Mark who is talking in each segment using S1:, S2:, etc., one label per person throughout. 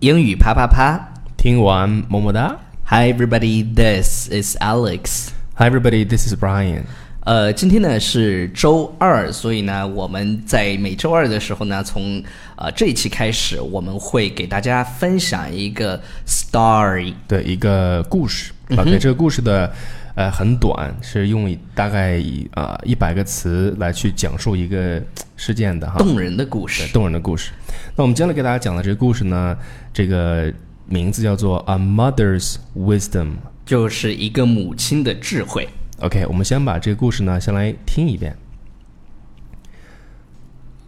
S1: 英语啪啪啪
S2: 听完么么哒。
S1: ！Hi everybody, this is Alex。
S2: Hi everybody, this is Brian。
S1: 呃，今天呢是周二，所以呢我们在每周二的时候呢，从呃这一期开始，我们会给大家分享一个 story。
S2: 的一个故事。OK，、这个故事的呃很短，是用以大概以啊一百个词来去讲述一个呃事件的哈，
S1: 动人的故事
S2: 对，动人的故事。那我们今天来给大家讲的这个故事呢，这个名字叫做《A Mother's Wisdom》。
S1: 就是一个母亲的智慧。
S2: OK，我们先把这个故事呢，先来听一遍。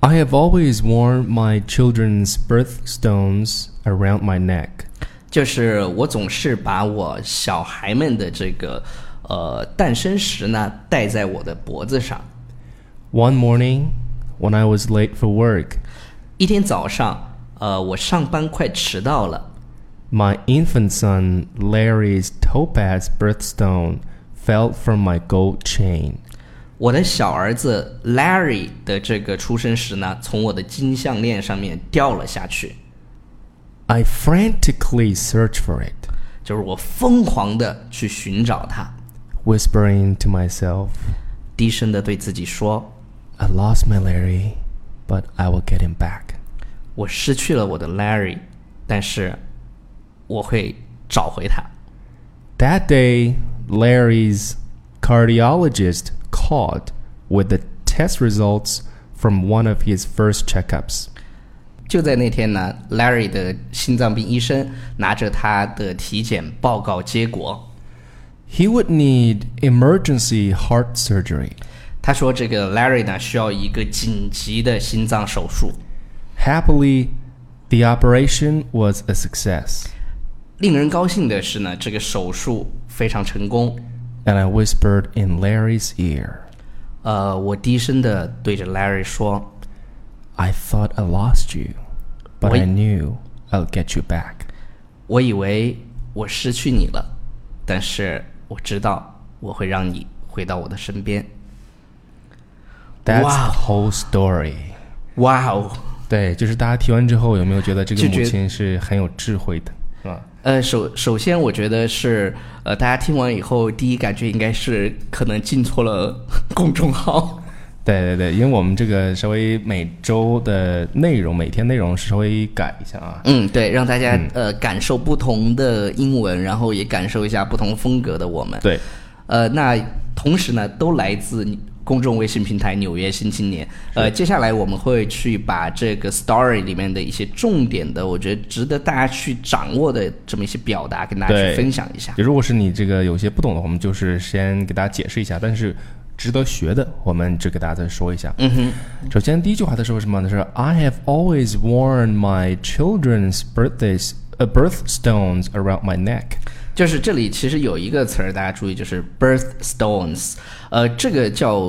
S2: I have always worn my children's birthstones around my neck.
S1: 就是我总是把我小孩们的这个呃诞生石呢戴在我的脖子上。
S2: One morning, when I was late for work,
S1: 一天早上，呃，我上班快迟到了，
S2: my infant son Larry's topaz birthstone fell from my gold chain.
S1: 我的小儿子 Larry 的这个出生时呢，从我的金项链上面掉了下去，
S2: I frantically searched for it,
S1: 就是我疯狂的去寻找他，
S2: whispering to myself,
S1: 低声的对自己说
S2: I lost my Larry, but I will get him back.：“
S1: 我失去了我的 Larry，但是我会找回他。
S2: That day, Larry's cardiologist called with the test results from one of his first checkups. ”
S1: 就在那天呢，Larry 的心脏病医生拿着他的体检报告结果，
S2: He would need emergency heart surgery.
S1: 他说这个 Larry 呢需要一个紧急的心脏手术。
S2: Happily, the operation was a success,
S1: 令人高兴的是呢，这个手术非常成功。
S2: and I whispered in Larry's ear,
S1: 呃，我低声的对着 Larry 说
S2: I thought I lost you, but I
S1: Wait.
S2: knew I'll get you back.：“
S1: 我以为我失去你了，但是我知道我会让你回到我的身边。
S2: That's
S1: Wow.
S2: the whole story. ”
S1: 哇哦！就觉得-
S2: 对，就是大家听完之后有没有觉得这个母亲是很有智慧的，是吧？
S1: 呃，首首先，我觉得是，呃，大家听完以后，第一感觉应该是可能进错了 公众号。
S2: 对对对，因为我们这个稍微每周的内容，每天内容稍微改一下啊。
S1: 嗯，对，让大家呃感受不同的英文，然后也感受一下不同风格的我们。
S2: 对，
S1: 呃，那同时呢，都来自公众微信平台《纽约新青年》。呃，接下来我们会去把这个 story 里面的一些重点的，我觉得值得大家去掌握的这么一些表达，跟大家去
S2: 对
S1: 分享一下。
S2: 如果是你这个有些不懂的，我们就是先给大家解释一下，但是值得学的，我们只给大家再说一下。嗯哼。首先第一句话他说什么呢？是 I have always worn my children's birthdays, uh, birthstones around my neck。
S1: 就是这里其实有一个词儿，大家注意，就是 birthstones，呃，这个叫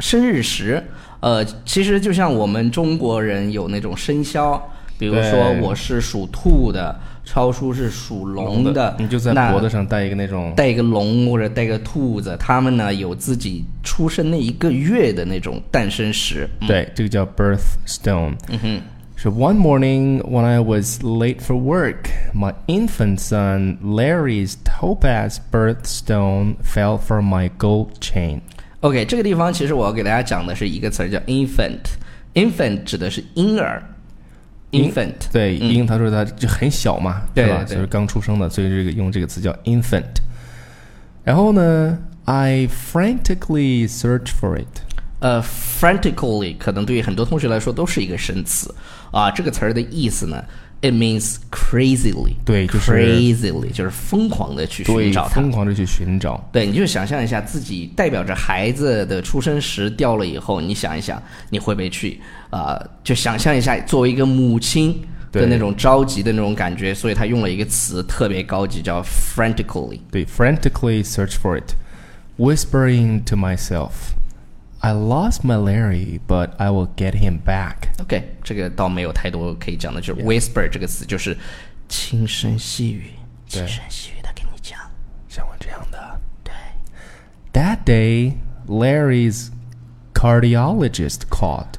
S1: 生日石，呃，其实就像我们中国人有那种生肖，比如说
S2: 对
S1: 我是属兔的，超叔是属龙的，
S2: 你就在
S1: 那
S2: 脖子上戴一个那种。
S1: 带一个龙或者带个兔子，他们呢有自己出生那一个月的那种诞生嗯石。
S2: 对，这个叫 birthstone。嗯哼。So one morning when I was late for work, my infant son Larry's topaz birthstone fell from my gold chain.
S1: OK，这个地方其实我要给大家讲的是一个词儿叫 infant，infant 指的是婴儿
S2: 婴
S1: ，infant
S2: 对，因为他说他就很小嘛，
S1: 对
S2: 是吧？
S1: 对对
S2: 就是刚出生的，所以这个用这个词叫 infant。然后呢，I frantically search for it。
S1: 呃，frantically 可能对于很多同学来说都是一个生词啊。这个词儿的意思呢，it means crazily，
S2: 对就是
S1: crazily 就是疯狂的去寻
S2: 对，
S1: 找它。
S2: 疯狂的去寻找。
S1: 对，你就想象一下自己代表着孩子的出生时掉了以后，你想一想，你会不会去啊、呃就想象一下作为一个母亲的
S2: 对
S1: 那种着急的那种感觉，所以他用了一个词特别高级，叫 frantically。
S2: 对，frantically search for it, whispering to myself, "I lost my Larry, but I will get him back."
S1: OK，这个倒没有太多可以讲的，就是 whisper 这个词就是轻声细语，轻声细语的跟你讲。
S2: 像我这样的。对。That day, Larry's cardiologist called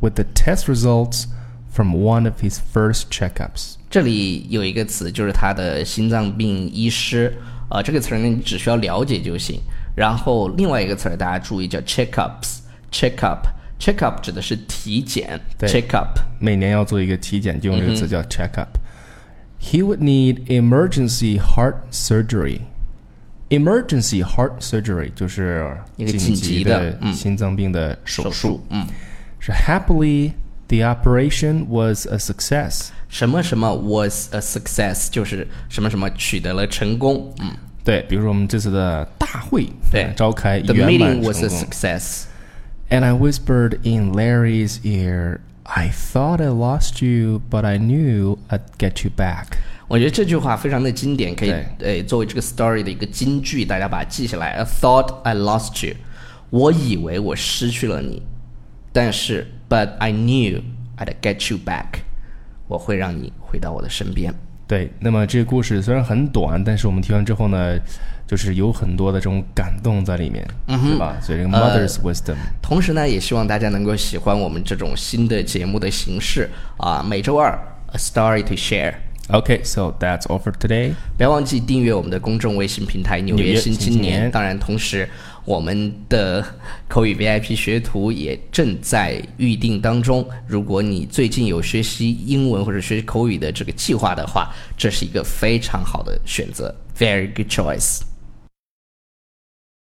S2: with the test results from one of his first checkups.
S1: 这这里有一个词，就是他的心脏病医师，呃，这个词儿呢，你只需要了解就行。然后另外一个词儿大家注意叫 checkups，checkup，checkup 指的是体检
S2: 对
S1: ，checkup。
S2: 每年要做一个体检，就用这个词叫 check up。He would need emergency heart surgery. Emergency heart surgery 就是
S1: 一个紧急
S2: 急
S1: 的嗯
S2: 心脏病的手
S1: 手
S2: 术
S1: 术。嗯，
S2: 是 happily the operation was a success.
S1: 什么什么 was a success，就是什么什么取得了成功。嗯
S2: 对，比如说我们这次的大会
S1: 对
S2: 呃召开
S1: ，The
S2: 圆满
S1: meeting was
S2: 成
S1: a
S2: 功。
S1: success。
S2: And I whispered in Larry's ear, "I thought I lost you, but I knew I'd get you back."
S1: 我觉得这句话非常的经典，可以呃作为这个 story 的一个金句，大家把它记下来。I thought I lost you，我以为我失去了你，但是 but I knew I'd get you back，我会让你回到我的身边。
S2: 对，那么这个故事虽然很短，但是我们听完之后呢，就是有很多的这种感动在里面，对吧？所以这个 mother's wisdom，
S1: 同时呢，也希望大家能够喜欢我们这种新的节目的形式啊，每周二 A Story to Share。
S2: Okay, so that's all for today.
S1: 不要忘记订阅我们的公众微信平台《纽
S2: 纽
S1: 约
S2: 约
S1: 新
S2: 新
S1: 青
S2: 青
S1: 年》
S2: 年
S1: 当然，同时我们的口语 VIP 学徒也正在预定当中。如果你最近有学习英文或者学习口语的这个计划的话，这是一个非常好的选择，very good choice。